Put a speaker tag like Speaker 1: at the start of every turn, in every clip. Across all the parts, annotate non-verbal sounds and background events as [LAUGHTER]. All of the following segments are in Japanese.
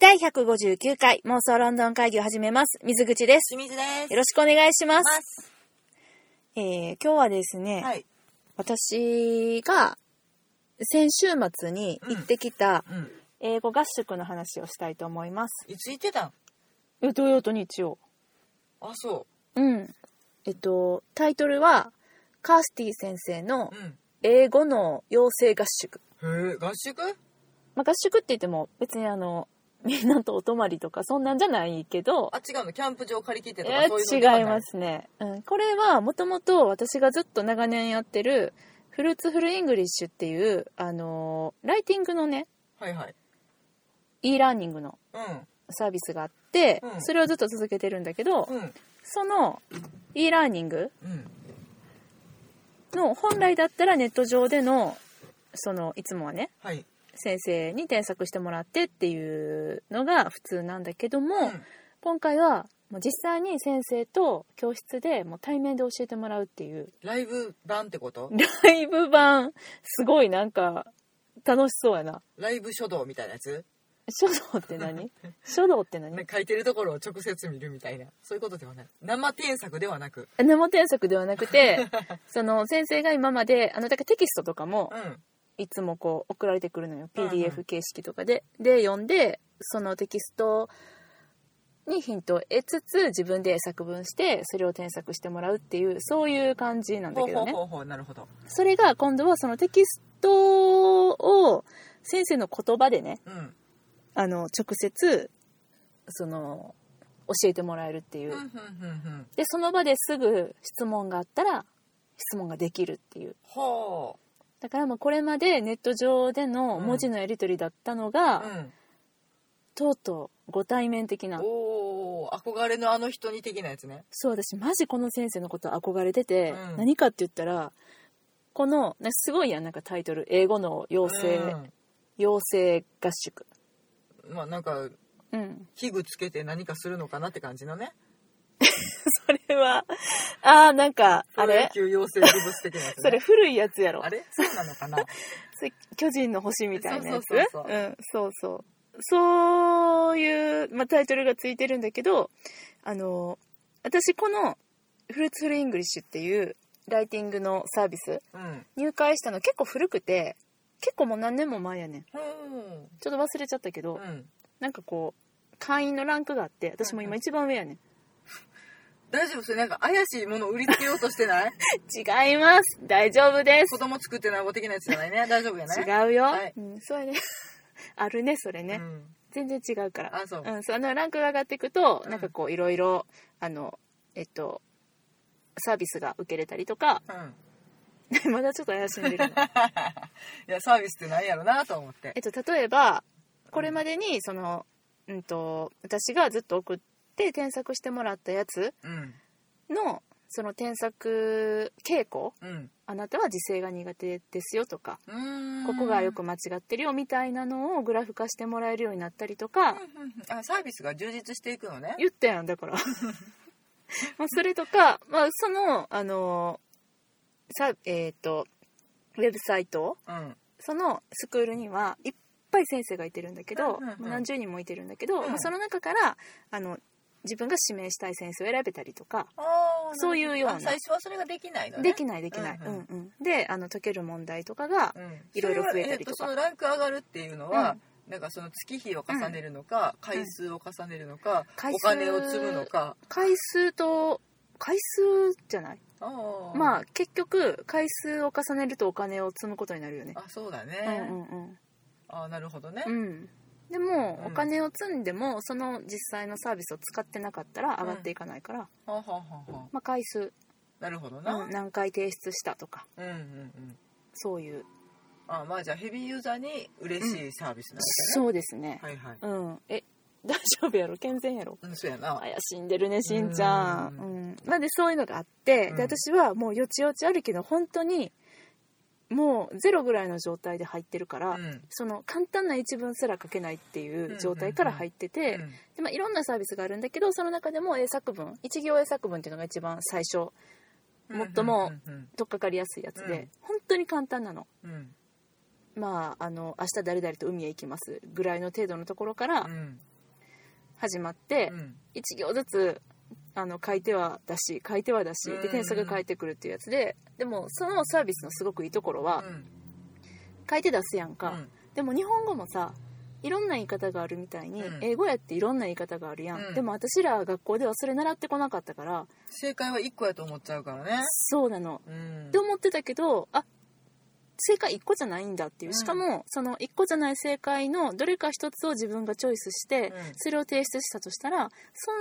Speaker 1: 第159回妄想ロンドン会議を始めます。水口です。
Speaker 2: 清水です。
Speaker 1: よろしくお願いしま。
Speaker 2: ますす。
Speaker 1: えー、今日はですね、
Speaker 2: はい。
Speaker 1: 私が先週末に行ってきた
Speaker 2: うん。
Speaker 1: 英語合宿の話をしたいと思います。
Speaker 2: いつ行ってたん
Speaker 1: え、土曜と日曜。
Speaker 2: あ、そ
Speaker 1: うん。えっと、タイトルは、カースティ先生の
Speaker 2: う。うん。
Speaker 1: 英語の養成合宿。
Speaker 2: へえ、合宿
Speaker 1: まあ、合宿って言っても別にあの、みんなとお泊まりとかそんなんじゃないけど、
Speaker 2: あ、違うの。キャンプ場借り切ってとか、そういうのではない
Speaker 1: 違いま。すね、うん、これはもともと私がずっと長年やってるフルーツフルイングリッシュっていう、あのーライティングのね
Speaker 2: はいはい。
Speaker 1: e ラーニングの
Speaker 2: う
Speaker 1: サービスがあって、
Speaker 2: うん
Speaker 1: それをずっと続けてるんだけど、
Speaker 2: ん。うん。
Speaker 1: その e ラーニング
Speaker 2: うん。
Speaker 1: の本来だったらネット上でのそのいつもはね
Speaker 2: はい。
Speaker 1: 先生に添削してもらってっていうのが普通なんだけども、
Speaker 2: うん。
Speaker 1: 今回はもう実際に先生と教室でもう対面で教えてもらうっていう
Speaker 2: ライブ版ってこと
Speaker 1: ライブ版、すごいなんか、楽しそうやな。
Speaker 2: ライブ書道みたいなやつ
Speaker 1: 書道って
Speaker 2: [LAUGHS]
Speaker 1: 何書道って何
Speaker 2: なんか書いてるところを直接見るみたいな。そういうことではない。生添削ではなく。
Speaker 1: 生添削ではなく
Speaker 2: [LAUGHS]
Speaker 1: て、その先生が今まで、あの、だからテキストとかも
Speaker 2: う、ん。
Speaker 1: いつもこう送られてくるのよ。
Speaker 2: うんうん
Speaker 1: PDF 形式とかで。で、読んで、そのテキストにヒントを得つつ、自分で作文して、それを添削してもらうっていう、そういう感じなんだ
Speaker 2: ほう
Speaker 1: け
Speaker 2: ほ
Speaker 1: ど
Speaker 2: う
Speaker 1: ね。
Speaker 2: ほうほう。なるほど。
Speaker 1: それが今度はそのテキストを、先生の言葉でね、
Speaker 2: うん。
Speaker 1: あの直接その教えてもらえるってい
Speaker 2: うん、
Speaker 1: う、
Speaker 2: うん、うん、うん。
Speaker 1: でその場ですぐ質問があったら質問ができるっていう
Speaker 2: ほ
Speaker 1: だからもうこれまでネット上での
Speaker 2: うん
Speaker 1: 文字のやり取りだったの
Speaker 2: う。
Speaker 1: が、
Speaker 2: うん。
Speaker 1: とうとうご対面的な
Speaker 2: おー、憧れのあの人に的なやつね。
Speaker 1: そう私マジこの先生のこと憧れてて、
Speaker 2: うん
Speaker 1: 何かって言ったらこのなすごいやんなんかタイトル「英語の養成、
Speaker 2: うん
Speaker 1: 養成合宿」
Speaker 2: まあなんか
Speaker 1: うん、
Speaker 2: 器具つけて何かするのかなって感じのね
Speaker 1: それはあーなんかあ
Speaker 2: プロ
Speaker 1: れ
Speaker 2: 野球養成技術的なやつ、ね、
Speaker 1: それ古いやつやろ
Speaker 2: あれそうなのかな
Speaker 1: そう巨人の星みたいなやつ
Speaker 2: そうそうそうそうん
Speaker 1: そうそうそういう、まあ、タイトルがついてるんだけどあの私このフルーツフルイングリッシュっていうライティングのサービス
Speaker 2: うん
Speaker 1: 入会したの結構古くて結構もう何年も前やねん
Speaker 2: うん
Speaker 1: ちょっと忘れちゃったけど、
Speaker 2: うん
Speaker 1: なんかこう会員のランクがあって私も今一番上やねん、
Speaker 2: 大丈夫それなんか怪しいもの売りつけようとしてない
Speaker 1: [LAUGHS] 違います大丈夫で
Speaker 2: 子供作ってなんぼ的なやつじゃないね大丈夫やね
Speaker 1: 違うよ、
Speaker 2: はい
Speaker 1: うん、そうやね [LAUGHS] あるねそれね、
Speaker 2: うん、
Speaker 1: 全然違うから
Speaker 2: あそう、
Speaker 1: ん、そうあのランクが上がっていくと、
Speaker 2: うん
Speaker 1: なんかこういろいろあのえっとサービスが受けれたりとか [LAUGHS]
Speaker 2: うん、
Speaker 1: まだちょっと怪しんでる
Speaker 2: [LAUGHS]
Speaker 1: の
Speaker 2: いやサービスってなんやろなと思って
Speaker 1: えっと例えばこれまでにその、うん、と私がずっと送って添削してもらったやつ
Speaker 2: うん
Speaker 1: のその添削傾向
Speaker 2: うん
Speaker 1: あなたは時制が苦手ですよとか
Speaker 2: うーん
Speaker 1: ここがよく間違ってるよみたいなのをグラフ化してもらえるようになったりとか
Speaker 2: うんうんうんあサービスが充実していくのね
Speaker 1: 言ったやんだから
Speaker 2: [LAUGHS]
Speaker 1: まあそれとか、まあ、そのあのさえっ、とウェブサイト
Speaker 2: うん
Speaker 1: そのスクールにはいっぱい先生がいてるんだけど、
Speaker 2: うんうんうん
Speaker 1: もう何十人もいてるんだけど、
Speaker 2: うん
Speaker 1: まあ、その中からあの自分が指名したい先生を選べたりとか、
Speaker 2: あー
Speaker 1: そういうような
Speaker 2: あ最初はそれができないのね
Speaker 1: できないできない、
Speaker 2: うんうん
Speaker 1: うんうんであの解ける問題とかが、い
Speaker 2: い
Speaker 1: ろいろ増えたりとか
Speaker 2: そのランク上がるっていうのは、なんかその月日を重ねるのか、回数を重ねるのか、
Speaker 1: 回数
Speaker 2: お金を積むのか
Speaker 1: 回数と回数じゃない、ま
Speaker 2: あ
Speaker 1: あ結局回数を重ねるとお金を積むことになるよね
Speaker 2: ー。あそうだね、
Speaker 1: うんうんうん
Speaker 2: あーなるほどね、
Speaker 1: うん、でも、
Speaker 2: うん
Speaker 1: お金を積んでもその実際のサービスを使ってなかったら上がっていかないから、
Speaker 2: はあはあはあはあ
Speaker 1: まあ、回数、
Speaker 2: なるほどな、
Speaker 1: うん、何回提出したとか
Speaker 2: うんうんうん
Speaker 1: そういう、
Speaker 2: あーまあじゃあヘビーユーザーに嬉しいサービスなんですね、
Speaker 1: そうですね、
Speaker 2: はいはい
Speaker 1: うんえ [LAUGHS] 大丈夫やろ健全やろ
Speaker 2: うんそうやな
Speaker 1: 怪しんでるねしんちゃん、
Speaker 2: う
Speaker 1: うんまあ、でそういうのがあって、で
Speaker 2: うん
Speaker 1: 私はもうよちよち歩きの本当にもうゼロぐらいの状態で入ってるから、
Speaker 2: うん
Speaker 1: その簡単な一文すら書けないっていう状態から入ってて、
Speaker 2: うん
Speaker 1: でまあ、いろんなサービスがあるんだけどその中でも英作文一行英作文っていうのが一番最初最も
Speaker 2: うんうん
Speaker 1: 取っかかりやすいやつで、
Speaker 2: うん
Speaker 1: 本当に簡単なの。
Speaker 2: うんうん
Speaker 1: まあ、あの明日誰々と海へ行きますぐらいの程度のところから、
Speaker 2: うん
Speaker 1: 始まって
Speaker 2: う、ん
Speaker 1: 一行ずつあの書いてはだし書いてはだし
Speaker 2: うん
Speaker 1: で点数が返ってくるっていうやつででもそのサービスのすごくいいところは
Speaker 2: うん
Speaker 1: 書いて出すやん
Speaker 2: う
Speaker 1: か、
Speaker 2: ん
Speaker 1: でも日本語もさいろんな言い方があるみたいに、
Speaker 2: うん
Speaker 1: 英語やっていろんな言い方があるやん、
Speaker 2: うん
Speaker 1: でも私ら学校ではそれ習ってこなかったから
Speaker 2: 正解は1個やと思っちゃうからね
Speaker 1: そうなの
Speaker 2: うん
Speaker 1: って思ってたけどあ正解1個じゃないんだっていううんしかもその1個じゃない正解のどれか1つを自分がチョイスして
Speaker 2: うん
Speaker 1: それを提出したとしたらその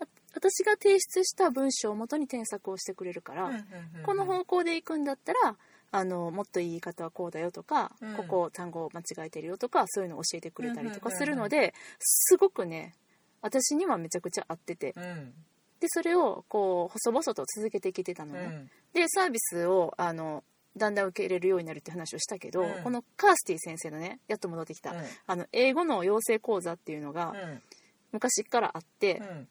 Speaker 1: あ私が提出した文章をもとに添削をしてくれるから、
Speaker 2: うんうんうんうん
Speaker 1: この方向で行くんだったらあのもっといい言い方はこうだよとか、
Speaker 2: うん
Speaker 1: ここ単語を間違えてるよとかそういうのを教えてくれたりとか
Speaker 2: うんうんうんうん
Speaker 1: するのですごくね私にはめちゃくちゃ合ってて
Speaker 2: うん
Speaker 1: でそれをこう細々と続けてきてたの
Speaker 2: う
Speaker 1: ね、
Speaker 2: ん
Speaker 1: でサービスをあのだんだん受け入れるようになるって話をしたけど、
Speaker 2: うん
Speaker 1: このカースティ先生のねやっと戻ってきた、
Speaker 2: うん
Speaker 1: あの英語の養成講座っていうのが
Speaker 2: うん
Speaker 1: 昔からあって
Speaker 2: う、ん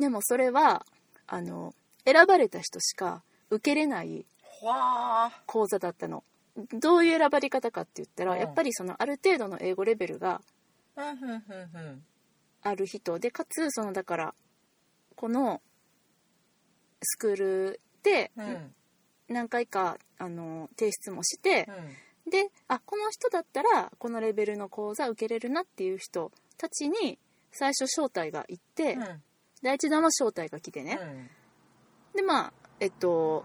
Speaker 1: でもそれはあの選ばれた人しか受けれない
Speaker 2: ほわー
Speaker 1: 講座だったの。どういう選ばれ方かって言ったら、
Speaker 2: うん
Speaker 1: やっぱりそのある程度の英語レベルが
Speaker 2: うんうんうんうん
Speaker 1: ある人でかつそのだからこのスクールで
Speaker 2: うんうん
Speaker 1: 何回かあの提出もして、であこの人だったらこのレベルの講座受けれるなっていう人たちに最初招待が行って、
Speaker 2: うん
Speaker 1: 第一弾は招待が来てね、
Speaker 2: うん
Speaker 1: でまあえっと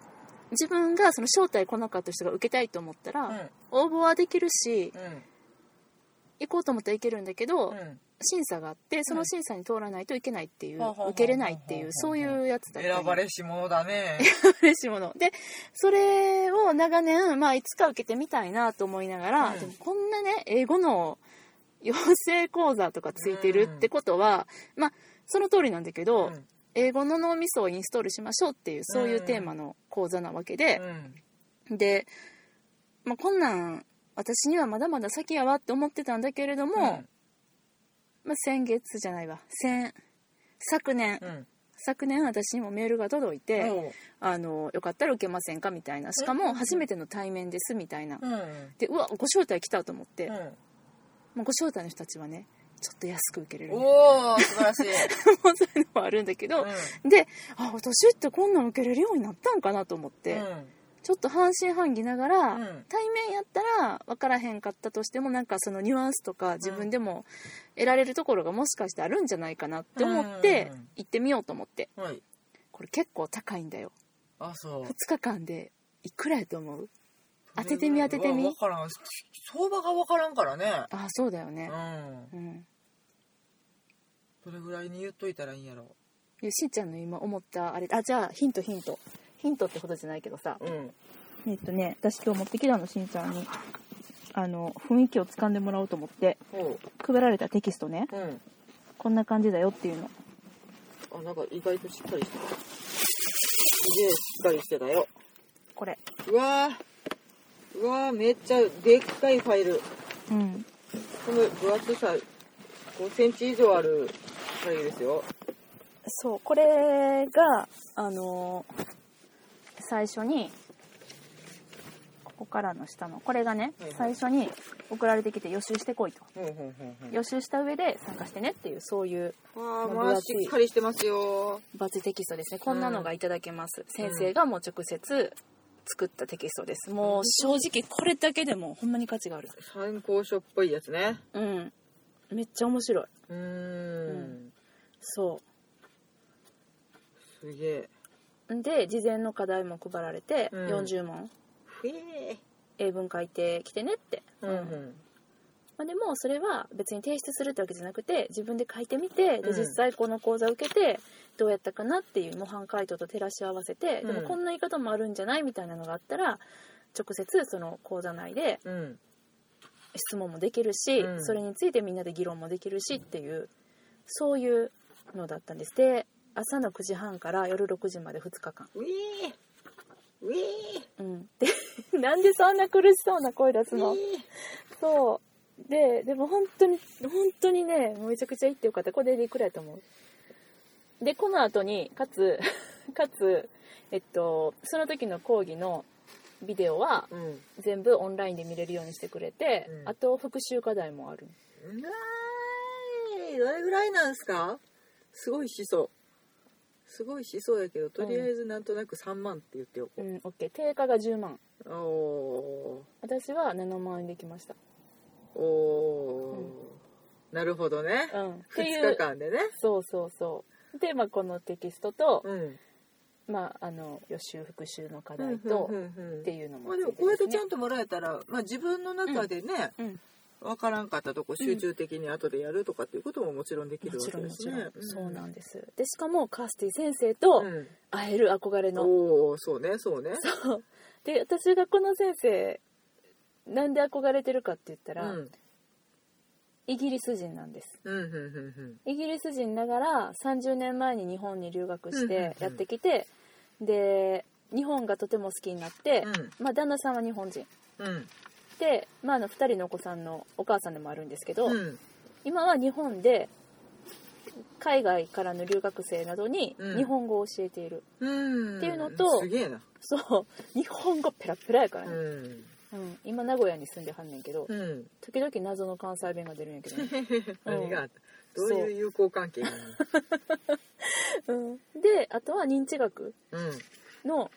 Speaker 1: 自分がその招待来なかった人が受けたいと思ったら、
Speaker 2: うん
Speaker 1: 応募はできるし
Speaker 2: うん
Speaker 1: 行こうと思ったらいけるんだけど、
Speaker 2: うん
Speaker 1: 審査があってその審査に通らないといけないっていう、
Speaker 2: うんはあはあはあ
Speaker 1: 受けれないってい
Speaker 2: はあはあは
Speaker 1: う
Speaker 2: あ
Speaker 1: そういうやつだった
Speaker 2: 選ば
Speaker 1: れ
Speaker 2: れし者だね
Speaker 1: [LAUGHS] 嬉しいものでそれを長年、まあ、いつか受けてみたいなと思いながら、
Speaker 2: うん
Speaker 1: でもこんなね英語の養成講座とかついてるってことは、まあその通りなんだけど、
Speaker 2: うん
Speaker 1: 英語の脳みそをインストールしましょうっていうそういうテーマの講座なわけで
Speaker 2: う、ん
Speaker 1: で、まあ、こんなん私にはまだまだ先やわって思ってたんだけれども、まあ、先月じゃないわ先昨年、
Speaker 2: うん
Speaker 1: 昨年私にもメールが届いて、
Speaker 2: うん
Speaker 1: あのよかったら受けませんかみたいなしか
Speaker 2: うんうん
Speaker 1: も
Speaker 2: うん
Speaker 1: 初めての対面ですみたいな、
Speaker 2: うん
Speaker 1: でうわご招待来たと思って、
Speaker 2: う
Speaker 1: も
Speaker 2: ん
Speaker 1: うご招待の人たちはねちょっと安く受けれるもう
Speaker 2: おお素晴らしい
Speaker 1: そういうのもあるんだけど、
Speaker 2: う
Speaker 1: であ私ってこんなん受けれるようになったんかなと思って、
Speaker 2: ん
Speaker 1: ちょっと半信半疑なが
Speaker 2: う
Speaker 1: ら、
Speaker 2: んうん
Speaker 1: 対面やったら分からへんかったとしてもなんかそのニュアンスとか自分でも得られるところがもしかしてあるんじゃないかなって思って
Speaker 2: うん
Speaker 1: 行ってみようと思って
Speaker 2: はい
Speaker 1: これ結構高いんだよ
Speaker 2: あそう
Speaker 1: 2日間でいくらやと思う当ててみ当ててみ
Speaker 2: うわわからん相場がわからんからね
Speaker 1: あそうだよね
Speaker 2: う
Speaker 1: う
Speaker 2: ん
Speaker 1: ん
Speaker 2: どれぐらいに言っといたらいいんやろ
Speaker 1: いやしーちゃんの今思ったあれあじゃあヒントヒントヒントってことじゃないけどさ
Speaker 2: うん
Speaker 1: えっとね私今日持ってきたのしんちゃんにあの雰囲気をつかんでもらおうと思って
Speaker 2: ほ
Speaker 1: 配られたテキストね
Speaker 2: ううん
Speaker 1: こんな感じだよっていうの
Speaker 2: あなんか意外としっかりしてたすげえしっかりしてたよ
Speaker 1: これ
Speaker 2: うわーうわーめっちゃでっかいファイル
Speaker 1: うん
Speaker 2: この分厚さ5センチ以上あるファイルですよ
Speaker 1: そうこれがあのー最初にここからの下のこれがね、
Speaker 2: はいはい
Speaker 1: 最初に送られてきて予習してこいと、
Speaker 2: ほうほうほうほう
Speaker 1: 予習した上で参加してねっていうそういう
Speaker 2: わあ
Speaker 1: まあ
Speaker 2: まあしっかりしてますよ
Speaker 1: バツテキストですねこんなのがいただけます、先生がもう直接作ったテキストですもう正直これだけでもほんまに価値がある
Speaker 2: 参考書っぽいやつね
Speaker 1: うんめっちゃ面白いう
Speaker 2: ーん
Speaker 1: そ
Speaker 2: すげえ
Speaker 1: うんで事前の課題も配られて、
Speaker 2: うん
Speaker 1: 40問
Speaker 2: ふえ
Speaker 1: 英文書いてきてねって、
Speaker 2: うんうん
Speaker 1: まあ、でもそれは別に提出するってわけじゃなくて自分で書いてみてで
Speaker 2: うん
Speaker 1: 実際この講座受けてどうやったかなっていう模範解答と照らし合わせて、でも
Speaker 2: うん
Speaker 1: こんな言い方もあるんじゃないみたいなのがあったら直接その講座内で
Speaker 2: うん
Speaker 1: 質問もできるし、
Speaker 2: うん
Speaker 1: それについてみんなで議論もできるしっていうそういうのだったんですで朝の9時半から夜6時まで2日間、
Speaker 2: ふえふ
Speaker 1: う
Speaker 2: え
Speaker 1: ん、で [LAUGHS] なんでそんな苦しそうな声出すのそうででも本当に本当にねもうめちゃくちゃいいってよかったこれでいくらやと思うでこの後にかつ [LAUGHS] かつえっとその時の講義のビデオは
Speaker 2: うん
Speaker 1: 全部オンラインで見れるようにしてくれて、
Speaker 2: うん
Speaker 1: あと復習課題もある
Speaker 2: うわーいどれぐらいなんすかすごいしそうすごいしそうやけどとりあえずなんとなく3万って言っておこ
Speaker 1: うん OK 定価が10万
Speaker 2: う、お
Speaker 1: 私は7万円できました
Speaker 2: ーおーなるほどね、
Speaker 1: うんってい
Speaker 2: 2日
Speaker 1: う
Speaker 2: 間でね
Speaker 1: そうそうそうで、まあ、このテキストと、
Speaker 2: うん
Speaker 1: まあ、あの予習復習の課題と、
Speaker 2: うんうんうん
Speaker 1: っていうのも
Speaker 2: まあ、でもこうやってちゃんともらえたら、まあ、自分の中でね、
Speaker 1: うん
Speaker 2: 分からんかったとこ集中的に後でやるとかっていうことももちろんできる
Speaker 1: も
Speaker 2: わ
Speaker 1: ち
Speaker 2: け
Speaker 1: ろん
Speaker 2: で
Speaker 1: も
Speaker 2: す
Speaker 1: ちろ
Speaker 2: ね
Speaker 1: ん、。そうなんですでしかもカースティ先生と
Speaker 2: うん
Speaker 1: 会える憧れの、
Speaker 2: おおそうねそうね。
Speaker 1: で私がこの先生なんで憧れてるかって言った
Speaker 2: うん
Speaker 1: ら、
Speaker 2: うん
Speaker 1: イギリス人なんです
Speaker 2: うんうん
Speaker 1: イギリス人ながら30年前に日本に留学し
Speaker 2: うんうんうん
Speaker 1: てやってきて、で日本がとても好きになって、まあ、旦那さんは日本人
Speaker 2: うんうん
Speaker 1: で、まあ、あの2人のお子さんのお母さんでもあるんですけど、
Speaker 2: うん
Speaker 1: 今は日本で海外からの留学生などに
Speaker 2: うん
Speaker 1: 日本語を教えている、
Speaker 2: うん
Speaker 1: っていうのと
Speaker 2: すげえな。
Speaker 1: そう日本語ペラペラやから
Speaker 2: う
Speaker 1: ね、
Speaker 2: ん
Speaker 1: うん今名古屋に住んではんねんけど
Speaker 2: うん
Speaker 1: 時々謎の関西弁が出るんやけどね、
Speaker 2: 何があったどういう友好関係なの
Speaker 1: うん、であとは認知学
Speaker 2: うん
Speaker 1: の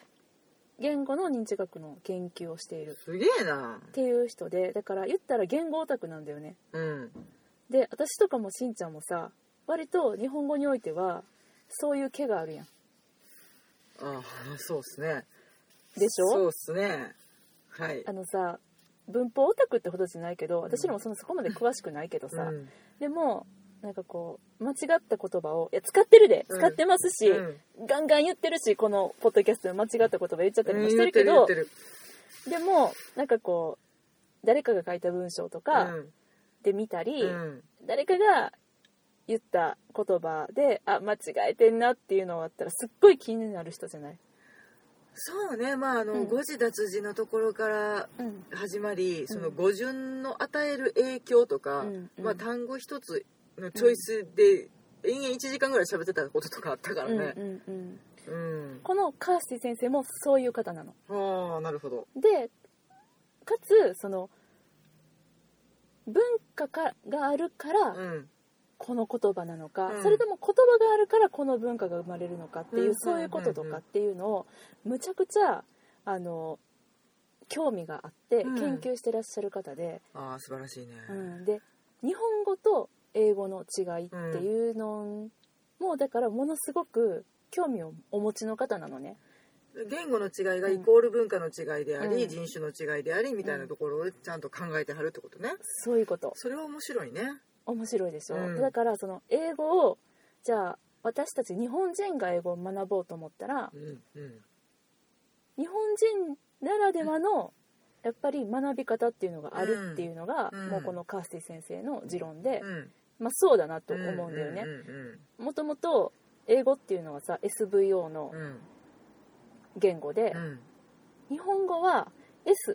Speaker 1: 言語の認知学の研究をしている
Speaker 2: すげえな。
Speaker 1: っていう人でだから言ったら言語オタクなんだよね
Speaker 2: うん
Speaker 1: で私とかもしんちゃんもさ割と日本語においてはそういう毛があるやん
Speaker 2: ああそうっすね。
Speaker 1: でしょ
Speaker 2: そうっすね。はい。
Speaker 1: あのさ文法オタクってほどじゃないけど私らもそのそこまで詳しくないけどさ、
Speaker 2: うん
Speaker 1: でもなんかこう間違った言葉をいや使ってるで
Speaker 2: うん
Speaker 1: 使ってますし、
Speaker 2: うん
Speaker 1: ガンガン言ってるしこのポッドキャストで間違った言葉言っちゃったりもしてるけ
Speaker 2: 言
Speaker 1: ど
Speaker 2: って、る
Speaker 1: でもなんかこう誰かが書いた文章と
Speaker 2: 言って
Speaker 1: か
Speaker 2: る
Speaker 1: で見たり、
Speaker 2: うんうん
Speaker 1: 誰かが言った言葉であ間違えてんなっていうのがあったらすっごい気になる人じゃない、
Speaker 2: そうねまああの、
Speaker 1: うん
Speaker 2: 誤字脱字のところから
Speaker 1: うん
Speaker 2: 始まりその語順の与える影響とか、
Speaker 1: うんうん
Speaker 2: まあ、単語一つのチョイスで延々1時間ぐらい喋ってたこととかあったから
Speaker 1: うん
Speaker 2: ね。
Speaker 1: うんうん、
Speaker 2: うん、
Speaker 1: このカースティ先生もそういう方なの。
Speaker 2: ああなるほど。
Speaker 1: でかつその文化かがあるから
Speaker 2: うん
Speaker 1: この言葉なのか、
Speaker 2: うん
Speaker 1: それとも言葉があるからこの文化が生まれるのかっていう、
Speaker 2: うん
Speaker 1: そういうことと
Speaker 2: うんうん
Speaker 1: かっていうのをむちゃくちゃあの興味があって
Speaker 2: うん
Speaker 1: 研究してらっしゃる方で、
Speaker 2: ああ素晴らしいね。
Speaker 1: うんで日本語と英語の違いっていうのもだからものすごく興味をお持ちの方なのね。
Speaker 2: 言語の違いがイコール文化の違いであり、
Speaker 1: うん
Speaker 2: 人種の違いでありみたいなところをちゃんと考えてはるってことね。
Speaker 1: そういうこと
Speaker 2: それは面白いね。
Speaker 1: 面白いでしょ、
Speaker 2: うん
Speaker 1: だからその英語をじゃあ私たち日本人が英語を学ぼうと思ったら
Speaker 2: うんうん
Speaker 1: 日本人ならではのやっぱり学び方っていうのがあるっていうのが、
Speaker 2: うん
Speaker 1: もうこのカースティ先生の持論で、
Speaker 2: うん。
Speaker 1: まあそうだなと思うんだよね
Speaker 2: う。ん
Speaker 1: もともと英語っていうのはさ SVO の
Speaker 2: うんうん
Speaker 1: 言語で
Speaker 2: う、ん
Speaker 1: 日本語は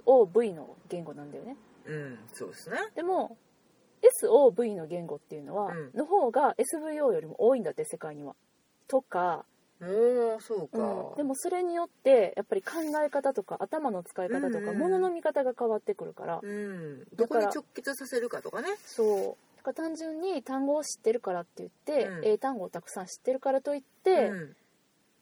Speaker 1: SOV の言語なんだよね。
Speaker 2: うんうんそうですね。
Speaker 1: でも SOV の言語っていうのは、
Speaker 2: うん
Speaker 1: の方が SVO よりも多いんだって世界には。とか、
Speaker 2: おおそうか。
Speaker 1: うん、でもそれによってやっぱり考え方とか頭の使い方
Speaker 2: うん
Speaker 1: と
Speaker 2: うん
Speaker 1: か
Speaker 2: うん
Speaker 1: 物の見方が変わってくるから、
Speaker 2: うん、ど
Speaker 1: だ
Speaker 2: こ
Speaker 1: から
Speaker 2: に直結させるかとかね。
Speaker 1: そうだから単純に単語を知ってるからって言って、
Speaker 2: うん
Speaker 1: 英単語をたくさん知ってるからといって、
Speaker 2: うん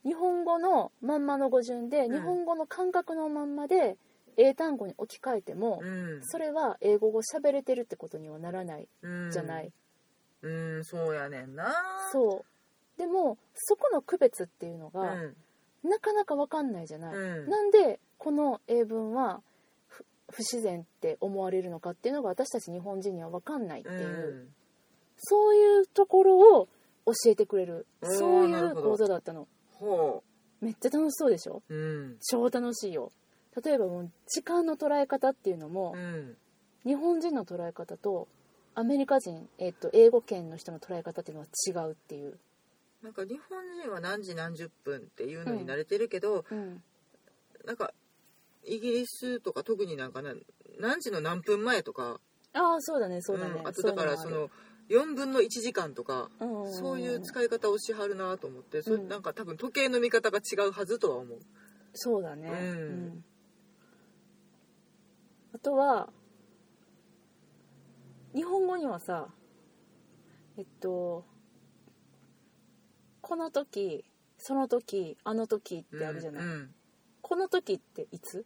Speaker 1: 日本語のまんまの語順で、
Speaker 2: うん
Speaker 1: 日本語の感覚のまんまで英単語に置き換えても、
Speaker 2: うん
Speaker 1: それは英語を喋れてるってことにはならない
Speaker 2: うん
Speaker 1: じゃない、。
Speaker 2: うん、そうやねんな。
Speaker 1: そうでもそこの区別っていうの
Speaker 2: う
Speaker 1: が、
Speaker 2: ん。
Speaker 1: なかなかわかんないじゃない、
Speaker 2: うん。
Speaker 1: なんでこの英文はふ不自然って思われるのかっていうのが私たち日本人には分かんないって
Speaker 2: う
Speaker 1: いう、
Speaker 2: ん。
Speaker 1: そういうところを教えてくれる
Speaker 2: おー
Speaker 1: そうい
Speaker 2: なる
Speaker 1: う
Speaker 2: ほど
Speaker 1: 講座だったの
Speaker 2: ほ
Speaker 1: めっちゃ楽しそうでしょ
Speaker 2: う。うん。
Speaker 1: 超楽しいよ例えばもう時間の捉え方っていうのも
Speaker 2: う、ん。
Speaker 1: 日本人の捉え方とアメリカ人、えっと英語圏の人の捉え方っていうのは違うっていう、
Speaker 2: なんか日本人は何時何十分っていうのに慣れてるけど、
Speaker 1: うん、
Speaker 2: なんかイギリスとか特になんかな何時の何分前とか、
Speaker 1: ああそうだねそうだね、
Speaker 2: んあとだからそ
Speaker 1: そういうのも
Speaker 2: の4分の1時間とか、
Speaker 1: あるうんうんん
Speaker 2: そういう使い方をしはるなと思って、それ
Speaker 1: うん
Speaker 2: なんか多分時計の見方が違うはずとは思う。
Speaker 1: そうだね、
Speaker 2: うん
Speaker 1: あとは日本語にはさえっとこの時その時あの時ってあるじゃない、
Speaker 2: うんうん
Speaker 1: この時っていつ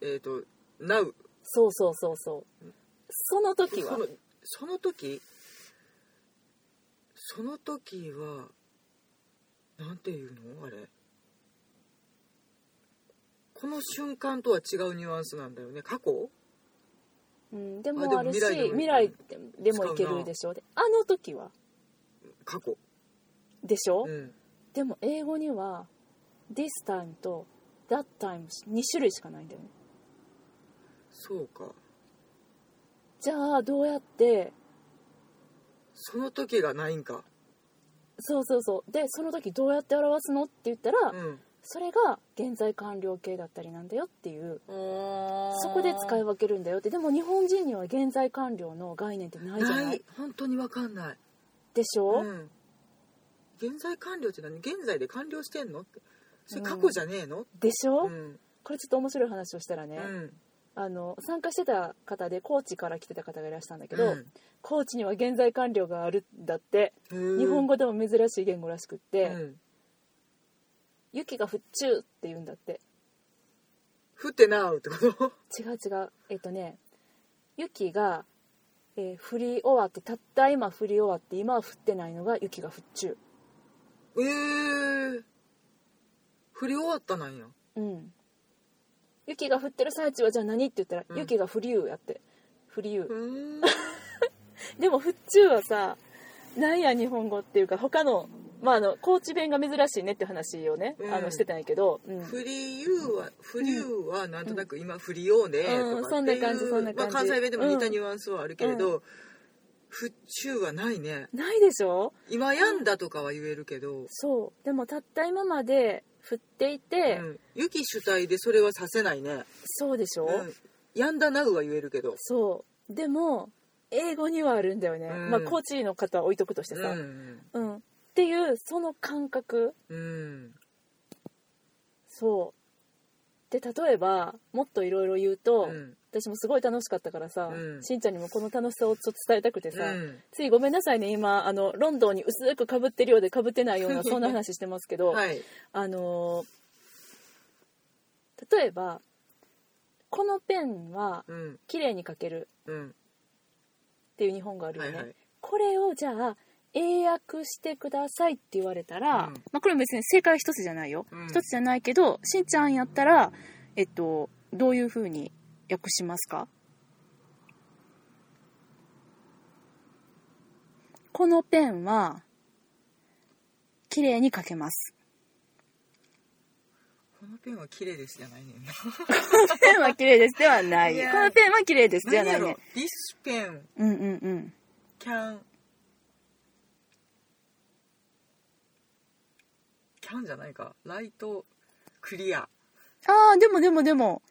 Speaker 2: えっ、と Now
Speaker 1: そうそうそうそうその時は
Speaker 2: そのその時その時はなんていうのあれこの瞬間とは違うニュアンスなんだよね過去
Speaker 1: うん、で
Speaker 2: あで
Speaker 1: も
Speaker 2: も
Speaker 1: あるし
Speaker 2: 未来でもいい
Speaker 1: 未来でもいけるでしょであの時は
Speaker 2: 過去
Speaker 1: でしょ、
Speaker 2: うん
Speaker 1: でも英語には this time と that time 2種類しかないんだよね
Speaker 2: そうか
Speaker 1: じゃあどうやって
Speaker 2: その時がないんか
Speaker 1: そうそうそうでその時どうやって表すのって言ったら、
Speaker 2: うん
Speaker 1: それが現在完了形だったりなんだよっていうそ
Speaker 2: そ
Speaker 1: こで使い分けるんだよってでも日本人には現在完了の概念ってないじゃない
Speaker 2: ない本当にわかんない
Speaker 1: でしょ、
Speaker 2: うん、現在完了って何現在で完了してんのってそれ過去じゃねえの、
Speaker 1: でしょ、
Speaker 2: うん
Speaker 1: これちょっと面白い話をしたらね、
Speaker 2: うん
Speaker 1: あの参加してた方で高知から来てた方がいらしたんだけど、
Speaker 2: うん
Speaker 1: 高知には現在完了があるんだって、
Speaker 2: へー
Speaker 1: 日本語でも珍しい言語らしくっ
Speaker 2: う
Speaker 1: て「
Speaker 2: ん、
Speaker 1: 雪が降っちゅう」って言うんだって
Speaker 2: 降ってなうってこと [LAUGHS]
Speaker 1: 違う違うえっ、とね雪が、えー降り終わってたった今降り終わって今は降ってないのが雪が降っちゅ
Speaker 2: えー、振り終わったなんや
Speaker 1: ううん雪が降ってる最中はじゃあ何って言ったら「
Speaker 2: うん
Speaker 1: 雪が降りゆう」やって降りゆう、
Speaker 2: うーん
Speaker 1: でも「ふっちゅう」はさなんや日本語っていうか他の,、まあ、あの高知弁が珍しいねって話をね、
Speaker 2: うん
Speaker 1: あのしてたんやけど、うん
Speaker 2: 振りゆうは振りゆうはなんとなく今振りようねと
Speaker 1: うん
Speaker 2: かっていう、
Speaker 1: そんな感じそんな感じ
Speaker 2: まあ、関西弁でも似たニュアンスはあるけれど、復中はないね
Speaker 1: ないでしょ
Speaker 2: 今やんだとかは言えるけど、
Speaker 1: そうでもたった今まで振っていて、
Speaker 2: うん雪主体でそれはさせないね
Speaker 1: そうでしょ、
Speaker 2: うん、やんだなうは言えるけど、
Speaker 1: そうでも英語にはあるんだよね、
Speaker 2: うん
Speaker 1: まあ高知の方は置いとくとして
Speaker 2: う
Speaker 1: さ、
Speaker 2: ん
Speaker 1: うんっていうその感覚
Speaker 2: うん、
Speaker 1: そうで例えばもっといろいろ言うと、
Speaker 2: うん
Speaker 1: 私もすごい楽しかったからさ、
Speaker 2: うん
Speaker 1: しんちゃんにもこの楽しさをちょっと伝えたくてさ、
Speaker 2: うん
Speaker 1: ついごめんなさいね今あのロンドンに薄くかぶってるようでかぶってないようなそんな話してますけど、
Speaker 2: はい、
Speaker 1: あのー例えばこのペンは
Speaker 2: うん
Speaker 1: 綺麗に書ける
Speaker 2: うん、
Speaker 1: っていう日本があるよね、
Speaker 2: はいはい
Speaker 1: これをじゃあ英訳してくださいって言われたら、
Speaker 2: うん
Speaker 1: まあ、これも別に正解一つじゃないよ、
Speaker 2: うん
Speaker 1: 一つじゃないけどしんちゃんやったらえっとどういうふうに訳しますかこのペンは綺麗に書けます。
Speaker 2: このペンは綺麗ですじゃないねんな
Speaker 1: ペンは綺麗ですではない。
Speaker 2: いやー
Speaker 1: このペンは綺麗ですじゃな
Speaker 2: 何や
Speaker 1: い
Speaker 2: ろ
Speaker 1: ね。
Speaker 2: This pen
Speaker 1: うんうんうん。
Speaker 2: can can じゃないかライトクリア
Speaker 1: ああ、でもでもでも、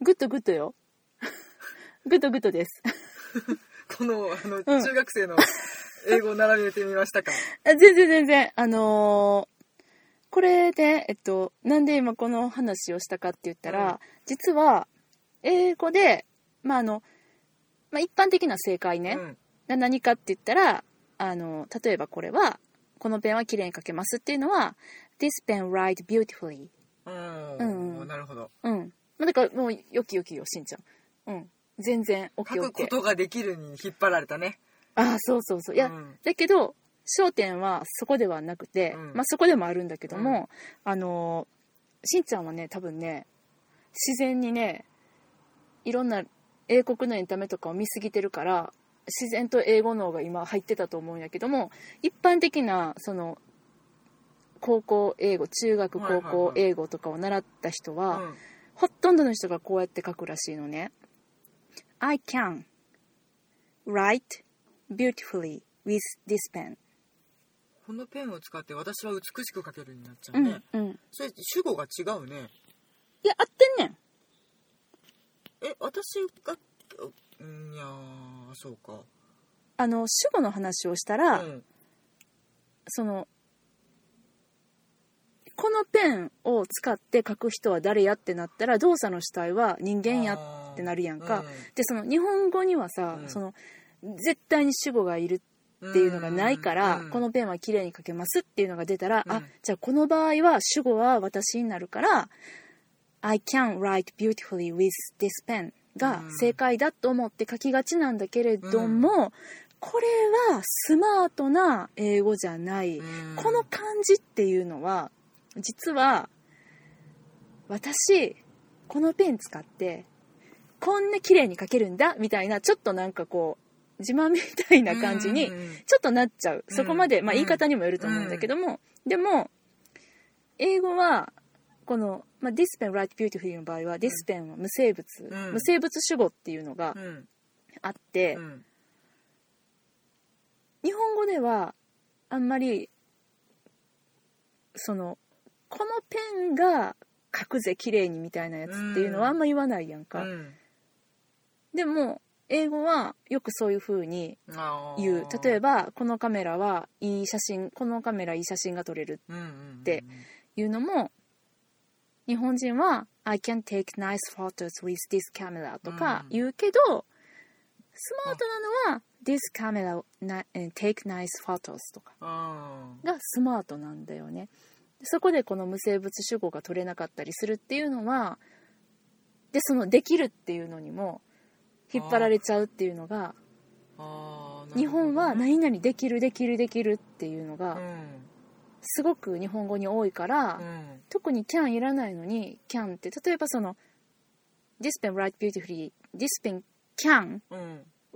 Speaker 1: グッドグッドよ。グッドグッドです。
Speaker 2: このあの、
Speaker 1: うん
Speaker 2: 中学生の英語を並べてみましたか
Speaker 1: あ全然全然、あのーこれで、えっと、なんで今この話をしたかって言ったら、
Speaker 2: うん
Speaker 1: 実は、英語で、まああの、まあ一般的な正解ね、
Speaker 2: うん
Speaker 1: が何かって言ったら、あの、例えばこれは、このペンは綺麗に書けますっていうのは、This pen write beautifully
Speaker 2: うん
Speaker 1: うんうん
Speaker 2: なるほど
Speaker 1: うん。まあ、だからもう、よきよきよ、しんちゃん。うん。全然、オッケ
Speaker 2: 書
Speaker 1: ーオ
Speaker 2: く
Speaker 1: ッケ
Speaker 2: こ
Speaker 1: ー。
Speaker 2: とができるに引っ張られたね
Speaker 1: ああ、そうそうそう。いや、
Speaker 2: うん
Speaker 1: だけど、焦点はそこではなくて、
Speaker 2: うん
Speaker 1: まあ、そこでもあるんだけども、あのー、しんちゃんはね、多分ね、自然にね、いろんな英国のエンタメとかを見すぎてるから、自然と英語の方が今入ってたと思うんやけども、一般的な、その、高校英語、中学
Speaker 2: はいはい
Speaker 1: 高
Speaker 2: はい
Speaker 1: 校英語とかを習った人は、
Speaker 2: うん
Speaker 1: ほとんどの人がこうやって書くらしいのね。I can write beautifully with this pen.
Speaker 2: このペンを使って私は美しく書けるようになっちゃ
Speaker 1: う
Speaker 2: うね、
Speaker 1: ん、うん。
Speaker 2: それ主語が違うね
Speaker 1: いや、合ってんねん。
Speaker 2: え私がうんいやーそうか
Speaker 1: あの、主語の話をしたら、
Speaker 2: うん
Speaker 1: その、このペンを使って書く人は誰やってなったら、動作の主体は人間やってなるやんか。
Speaker 2: うん
Speaker 1: で、その日本語にはさ、
Speaker 2: うん
Speaker 1: その、絶対に主語がいるっ
Speaker 2: って
Speaker 1: ていうのがないから、このペンは綺麗に書けますっていうのが出たら、あじゃあこの場合は主語は私になるから「I can write beautifully with this pen」が
Speaker 2: うん
Speaker 1: 正解だと思って書きがちなんだけれども、これはスマートな英語じゃない、この漢字っていうのは実は私このペン使ってこんな綺麗に書けるんだみたいなちょっとなんかこう自慢みたいな感じにちょっとなっちゃうそこまで、
Speaker 2: うん
Speaker 1: まあ、言い方にもよると思うんだけども、でも英語はこの、まあ、This pen write beautifully の場合は This pen は無生物、
Speaker 2: うん
Speaker 1: 無生物主語っていうのがあって、日本語ではあんまりそのこのペンが書くぜ綺麗にみたいなやつっていうのはあんま言わないやんか、でも英語はよくそういう風に言う例えば
Speaker 2: ば
Speaker 1: このカメラはいい写真このカメラいい写真が撮れるっていうのも日本人は「I can take nice photos with this camera」とか
Speaker 2: うん
Speaker 1: 言うけど、スマートなのは「this camera na- eh, take nice photos」とかがスマートなんだよねそこでこの無生物主語が取れなかったりするっていうのはでその「できる」っていうのにも引っ張られちゃうっていうのが日本は
Speaker 2: ない
Speaker 1: 何々できるできるできるっていうのがすごく日本語に多いから、特に can いらないのに can って例えばその this pen write beautifully this pen can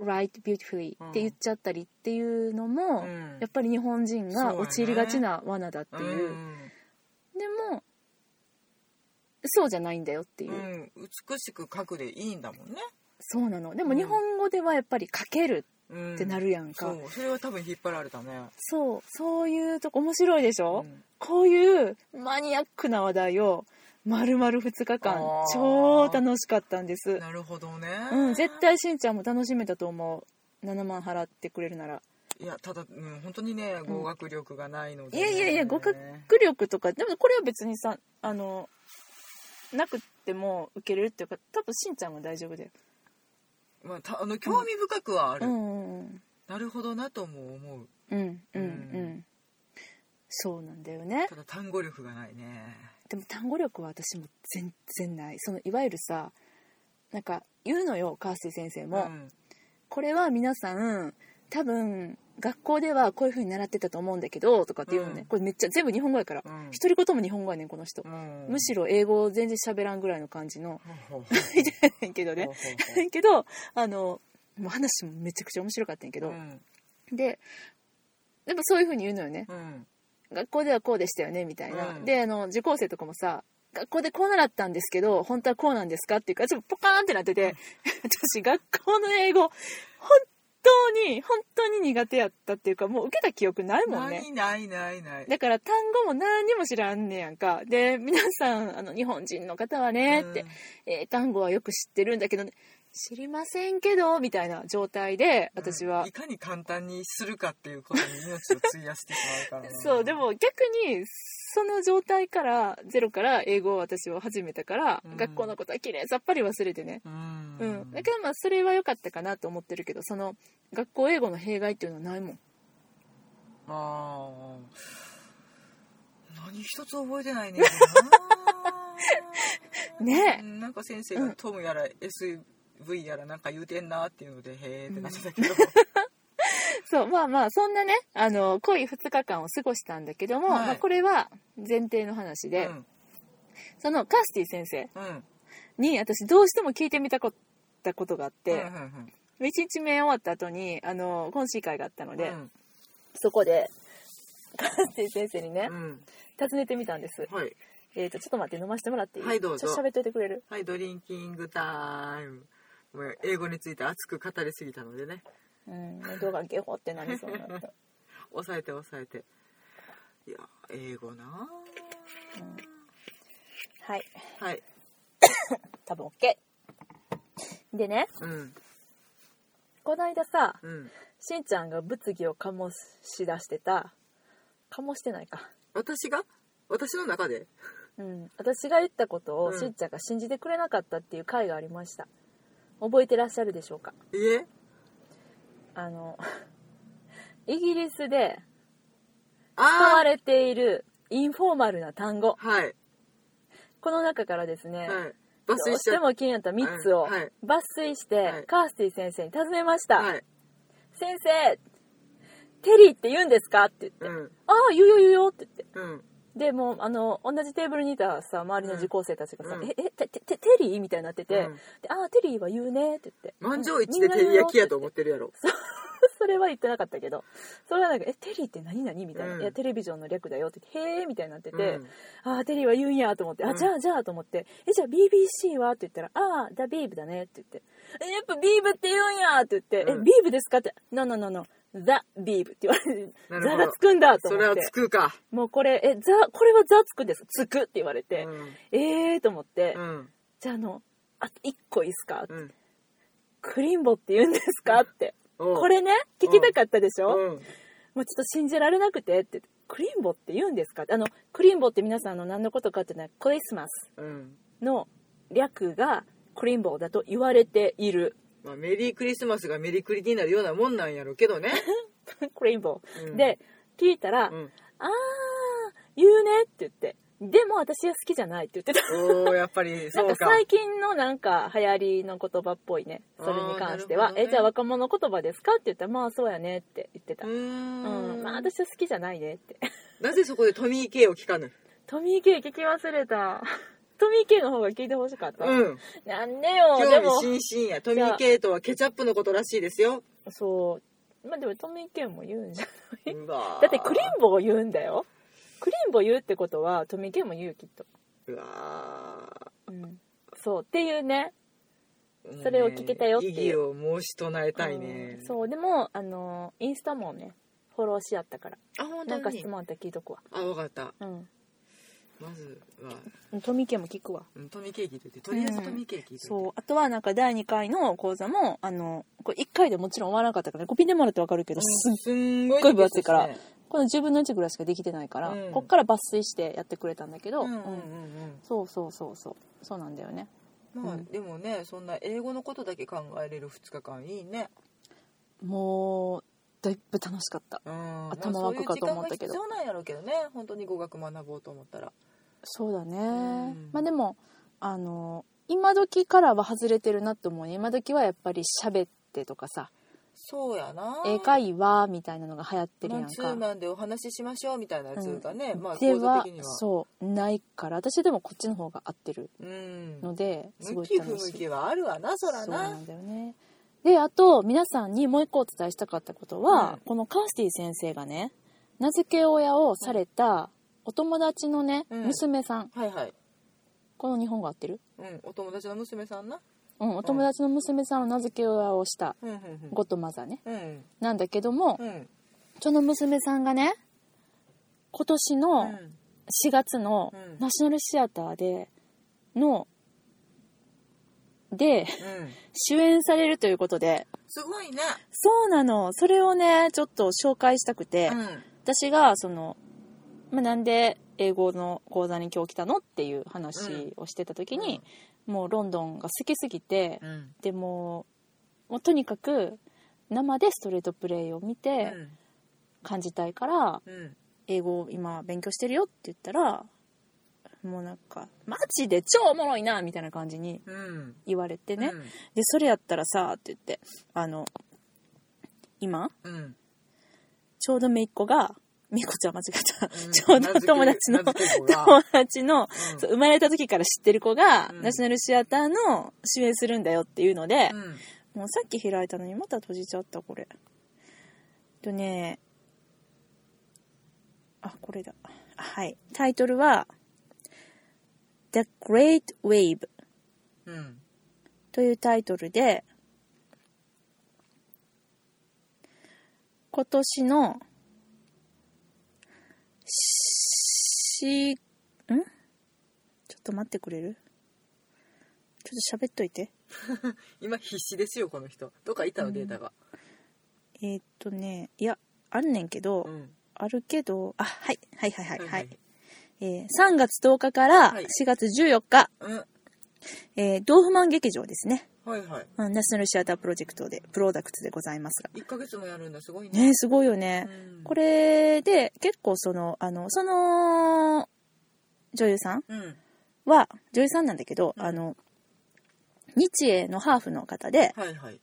Speaker 1: write beautifully
Speaker 2: うん
Speaker 1: って言っちゃったりっていうのも、やっぱり日本人が陥りがちな罠だっていうでもそうじゃないんだよっていう、
Speaker 2: うん、美しく書くでいいんだもんね、
Speaker 1: そうなのでも
Speaker 2: うん
Speaker 1: 日本語ではやっぱり書ける
Speaker 2: うん、
Speaker 1: ってなるやんか、
Speaker 2: そうそれは多分引っ張られたね、
Speaker 1: そうそういうとこ面白いでし
Speaker 2: う
Speaker 1: ょ、
Speaker 2: ん
Speaker 1: こういうマニアックな話題を丸々2日間
Speaker 2: あー
Speaker 1: 超楽しかったんです、
Speaker 2: なるほどね、
Speaker 1: うん、絶対しんちゃんも楽しめたと思う7万払ってくれるなら
Speaker 2: いやただ、うん、本当にね語学力がないので、
Speaker 1: いやいやいや語学力とかでもこれは別にさあのなくても受けれるっていうか多分しんちゃんは大丈夫だよ、
Speaker 2: まあ、たあの興味深くはあ
Speaker 1: う
Speaker 2: る、
Speaker 1: んうん
Speaker 2: なるほどなとも思う
Speaker 1: うんうんうんう
Speaker 2: うん
Speaker 1: そうなんだよね
Speaker 2: ただ単語力がないね
Speaker 1: でも単語力は私も全然ないそのいわゆるさなんか言うのよ川水先生も、
Speaker 2: ん
Speaker 1: これは皆さん多分学校ではこういう風に習ってたと思うんだけどとかって言うのね、
Speaker 2: うん
Speaker 1: これめっちゃ全部日本語やから、
Speaker 2: うん
Speaker 1: 一人言も日本語やねんこの人、
Speaker 2: うん
Speaker 1: むしろ英語全然喋らんぐらいの感じ
Speaker 2: [LAUGHS]
Speaker 1: の
Speaker 2: ほうほう
Speaker 1: けどね
Speaker 2: ほうほうほう
Speaker 1: [LAUGHS] けどあのもう話もめちゃくちゃ面白かったんやけど、 [LAUGHS]
Speaker 2: うん
Speaker 1: ででもそういう風に言うのよね、
Speaker 2: うん
Speaker 1: 学校ではこうでしたよねみたいな、
Speaker 2: うん
Speaker 1: であの受講生とかもさ学校でこう習ったんですけど本当はこうなんですかっていうからちょっとポカーンってなってて [LAUGHS] 私学校の英語本当に本当に苦手やったっていうかもう受けた記憶ないもんね
Speaker 2: ないないないない
Speaker 1: だから単語も何にも知らんねやんかで皆さんあの日本人の方はねって、えー単語はよく知ってるんだけどね知りませんけどみたいな状態で
Speaker 2: うん
Speaker 1: 私は、
Speaker 2: いかに簡単にするかっていうことに命を費やしてしまうからね
Speaker 1: [LAUGHS] そうでも逆にその状態からゼロから英語を私は始めたから、
Speaker 2: うん
Speaker 1: 学校のことはきれいさっぱり忘れてね、
Speaker 2: うん
Speaker 1: うんだからまあそれは良かったかなと思ってるけどその学校英語の弊害っていうのはないもん [LAUGHS]
Speaker 2: ああ何一つ覚えてないねん
Speaker 1: [LAUGHS] ねえ
Speaker 2: えなんか先生がトムやら SV やらなんか言うてんなっていうのでへえってなってたけど、
Speaker 1: そうまあまあそんなねあの濃い2日間を過ごしたんだけども、
Speaker 2: はい
Speaker 1: まあ、これは前提の話で、
Speaker 2: うん
Speaker 1: そのカースティ先生
Speaker 2: うん
Speaker 1: に私どうしても聞いてみたかったことがあって、
Speaker 2: うんうん
Speaker 1: 1日目終わった後にあの懇親会があったの
Speaker 2: うん
Speaker 1: で、
Speaker 2: うん
Speaker 1: そこでカースティ先生にね、
Speaker 2: うん
Speaker 1: 尋ねてみたんです。
Speaker 2: はい
Speaker 1: えっ、と、ちょっと待って、飲ませてもらっていい
Speaker 2: はいどうぞ
Speaker 1: ちょっと喋っといてくれる
Speaker 2: はいドリンキングタイムもう英語について熱く語りすぎたのでね
Speaker 1: うん、喉がゲホってなりそうになった。
Speaker 2: 抑えて抑えていや英語な
Speaker 1: はい、
Speaker 2: あはい
Speaker 1: 多分 OK。でね、
Speaker 2: うん
Speaker 1: こないださ、
Speaker 2: うん
Speaker 1: しんちゃんが物議を醸し出してた、醸してないか。
Speaker 2: 私が私の中で
Speaker 1: うん、私が言ったこと
Speaker 2: う
Speaker 1: を
Speaker 2: ん
Speaker 1: しんちゃんが信じてくれなかったっていう回がありました。覚えてらっしゃるでしょうか
Speaker 2: いえ
Speaker 1: あの、 [LAUGHS] イギリスで使わ
Speaker 2: あ
Speaker 1: れているインフォーマルな単語
Speaker 2: あはい
Speaker 1: この中からですね、
Speaker 2: はい
Speaker 1: ど
Speaker 2: 抜粋
Speaker 1: う
Speaker 2: し
Speaker 1: し
Speaker 2: ちゃ
Speaker 1: て
Speaker 2: っ
Speaker 1: も気になった3つを
Speaker 2: はいはい
Speaker 1: 抜粋して、
Speaker 2: はい
Speaker 1: カースティ先生に尋ねましたた、
Speaker 2: はい
Speaker 1: 先生テリーって言うんですか?」って言って「
Speaker 2: うん
Speaker 1: ああ言うよ言うよ」って言って
Speaker 2: うん
Speaker 1: でもうあの同じテーブルにいたさ周りの受講生たちがさ「
Speaker 2: うん
Speaker 1: ええてててテリー?」みたいになってて「
Speaker 2: うん
Speaker 1: でああテリーは言うね」って言って
Speaker 2: 満場一致で照り焼きやと思ってるやろ
Speaker 1: それは言ってなかったけどそれはなんか「えテリーって何何?」みたいな、
Speaker 2: うん
Speaker 1: いや「テレビジョンの略だよ」って「へえ」みたいになってて、
Speaker 2: うん
Speaker 1: ああテリーは言うんやと思って「
Speaker 2: う
Speaker 1: あ
Speaker 2: ん
Speaker 1: じゃあじゃあ」と思って「えじゃあ BBC は?」って言ったら「ああダビーブだね」って言って「えやっぱビーブって言うんや」って言って「
Speaker 2: うん
Speaker 1: えビーブですか?」って「ノノノノザ・ビーブ」って言われて「
Speaker 2: なる
Speaker 1: ザ
Speaker 2: ほど
Speaker 1: がつくんだ」と
Speaker 2: そ
Speaker 1: 思
Speaker 2: れ
Speaker 1: っ
Speaker 2: は
Speaker 1: て
Speaker 2: つくか
Speaker 1: もうこれ「えザこれはザつくんですつく」って言われて、
Speaker 2: うん
Speaker 1: ええー、と思って、
Speaker 2: うん
Speaker 1: じゃああのあと1個いいっすか、
Speaker 2: うん
Speaker 1: クリンボって言うんですかって
Speaker 2: おう
Speaker 1: これね聞きたかったでしょ、
Speaker 2: うん
Speaker 1: もうちょっと信じられなくてってクリンボって言うんですかあのクリンボって皆さんあの何のことかってねクリスマス
Speaker 2: うん
Speaker 1: の略がクリンボだと言われている [LAUGHS]
Speaker 2: まあメリークリスマスがメリクリになるようなもんなんやろうけどね
Speaker 1: クリンボ、
Speaker 2: う
Speaker 1: [LAUGHS]
Speaker 2: ん
Speaker 1: で聞いたら「
Speaker 2: うん
Speaker 1: あー言うね」って言って「でも私は好きじゃない」って言ってた
Speaker 2: おおやっぱり
Speaker 1: なん
Speaker 2: そう
Speaker 1: か
Speaker 2: か
Speaker 1: 最近のなんか流行りの言葉っぽいねそれに関しては
Speaker 2: あーなるほ
Speaker 1: 「
Speaker 2: どね
Speaker 1: えじゃあ若者言葉ですか?」って言ったら「まあそうやね」って言ってた、
Speaker 2: う
Speaker 1: うん
Speaker 2: ーん
Speaker 1: まあ私は好きじゃないねって
Speaker 2: [LAUGHS] なぜそこでトミー・ケイを聞かぬ
Speaker 1: トミー・ケイ聞き忘れた [LAUGHS] トミー・ケイの方が聞いてほしかった、
Speaker 2: うん
Speaker 1: なんでよで
Speaker 2: 興
Speaker 1: も
Speaker 2: 味津々やトミー・ケイとはケチャップのことらしいですよ
Speaker 1: そうまあでもトミー・ケイも言うんじゃないう
Speaker 2: わー
Speaker 1: だってクリンボを言うんだよクリンボ言うってことはトミー・ケイも言うきっと、
Speaker 2: うわ
Speaker 1: うん、そうっていうね
Speaker 2: ーもうね
Speaker 1: それを聞けたよっていう
Speaker 2: 意義を申し唱えたいね
Speaker 1: うんそうでもあのインスタもねフォローし合ったから
Speaker 2: あ本
Speaker 1: なん
Speaker 2: 当
Speaker 1: か
Speaker 2: に
Speaker 1: 質問あったら聞いとくわ
Speaker 2: あわかった
Speaker 1: うん
Speaker 2: まずは
Speaker 1: トミケも聞くわ
Speaker 2: うんトミー・ケイ聞いといてとりあえずトミー・ケイ聞いといて
Speaker 1: そうあとはなんか第2回の講座もあのこれ1回でもちろん終わらなかったからコピーでもらってわかるけど、
Speaker 2: うん
Speaker 1: す
Speaker 2: すんご
Speaker 1: す
Speaker 2: い
Speaker 1: っごい分厚いからこの10分の1ぐらいしかできてないから、
Speaker 2: うん
Speaker 1: こっから抜粋してやってくれたんだけど、
Speaker 2: うんうんう
Speaker 1: うん
Speaker 2: ん
Speaker 1: そうそうそうそうそうなんだよね
Speaker 2: うんまあ
Speaker 1: うん
Speaker 2: でもねそんな英語のことだけ考えれる2日間いいね
Speaker 1: もうだいぶ楽しかった
Speaker 2: うん
Speaker 1: 頭湧くかと思ったけど
Speaker 2: まあそういう時間が必要なんやろうけどね本当に語学学ぼうと思ったら
Speaker 1: そうだね、
Speaker 2: ん
Speaker 1: まあでもあの今時からは外れてるなと思うね今時はやっぱり喋ってとかさ
Speaker 2: そうやな
Speaker 1: 英会話みたいなのが流行ってるやん
Speaker 2: マ
Speaker 1: か
Speaker 2: ンツーマンでお話ししましょうみたいなやつがね、まあ
Speaker 1: で
Speaker 2: 構造
Speaker 1: は
Speaker 2: 的には
Speaker 1: そうないから私でもこっちの方が合ってる
Speaker 2: うん
Speaker 1: ので、すご
Speaker 2: 向
Speaker 1: い
Speaker 2: き不
Speaker 1: 楽し
Speaker 2: 向
Speaker 1: い
Speaker 2: きはあるわなそら
Speaker 1: そうな
Speaker 2: なん
Speaker 1: だよねであと皆さんにもう一個お伝えしたかったことは、
Speaker 2: うん
Speaker 1: このカースティ先生がね名付け親をされたお友達のね、
Speaker 2: うん
Speaker 1: 娘さん
Speaker 2: はいはい、
Speaker 1: この日本語合ってる
Speaker 2: うん、お友達の娘さんな
Speaker 1: うん、お友達の娘さんを名付け親をした
Speaker 2: うんうん
Speaker 1: ゴッドマザーね
Speaker 2: うんうん
Speaker 1: なんだけども
Speaker 2: うん
Speaker 1: その娘さんがね今年
Speaker 2: う
Speaker 1: の
Speaker 2: ん
Speaker 1: 4月の
Speaker 2: うん
Speaker 1: ナショナルシアターでので主演されるということです
Speaker 2: ごいね、
Speaker 1: そうなのそれをねちょっと紹介したくて、
Speaker 2: うん、
Speaker 1: 私がその、まあ、なんで英語の講座に今日来たのっていう話をしてた時に、もうロンドンが好きすぎて、
Speaker 2: うん
Speaker 1: でもうもうとにかく生でストレートプレイを見
Speaker 2: う
Speaker 1: て
Speaker 2: ん
Speaker 1: 感じたいから
Speaker 2: うん
Speaker 1: 英語を今勉強してるよって言ったらもうなんかマジで超おもろいなみたいな感じに
Speaker 2: うん
Speaker 1: 言われてね、
Speaker 2: うん
Speaker 1: でそれやったらさって言ってあの今
Speaker 2: うん
Speaker 1: ちょうどめいっ子がめいっ子ちゃん間違えた、
Speaker 2: うん
Speaker 1: ちょうど友達の
Speaker 2: 名付け名付け子が
Speaker 1: 友達の、
Speaker 2: うん
Speaker 1: そう生まれた時から知ってる子が、
Speaker 2: うん
Speaker 1: ナショナルシアターの主演するんだよっていうので、
Speaker 2: うん
Speaker 1: もうさっき開いたのにまた閉じちゃったこれとねあこれだあはいタイトルは「The Great Wave
Speaker 2: うん」
Speaker 1: というタイトルで今年のしんちょっと待ってくれるちょっと喋っといて
Speaker 2: 今必死ですよこの人どっかいたのデータが
Speaker 1: えーっとねいやあんねんけど、
Speaker 2: うん
Speaker 1: あるけどあはいはいはいはい
Speaker 2: は
Speaker 1: はいい、
Speaker 2: はい
Speaker 1: えー3月10日から
Speaker 2: はい
Speaker 1: 4月14日、
Speaker 2: うん
Speaker 1: えー、ドーフマン劇場ですね
Speaker 2: はいはい
Speaker 1: うん、ナショナルシアタープロジェクトで、プロダクツでございますが。
Speaker 2: 1ヶ月もやるんだすごいね
Speaker 1: ねすごいよね。
Speaker 2: うん
Speaker 1: これで、結構その、あの、その、女優さん
Speaker 2: うん
Speaker 1: は、女優さんなんだけど、
Speaker 2: うん
Speaker 1: あの、日英のハーフの方で、
Speaker 2: はいはい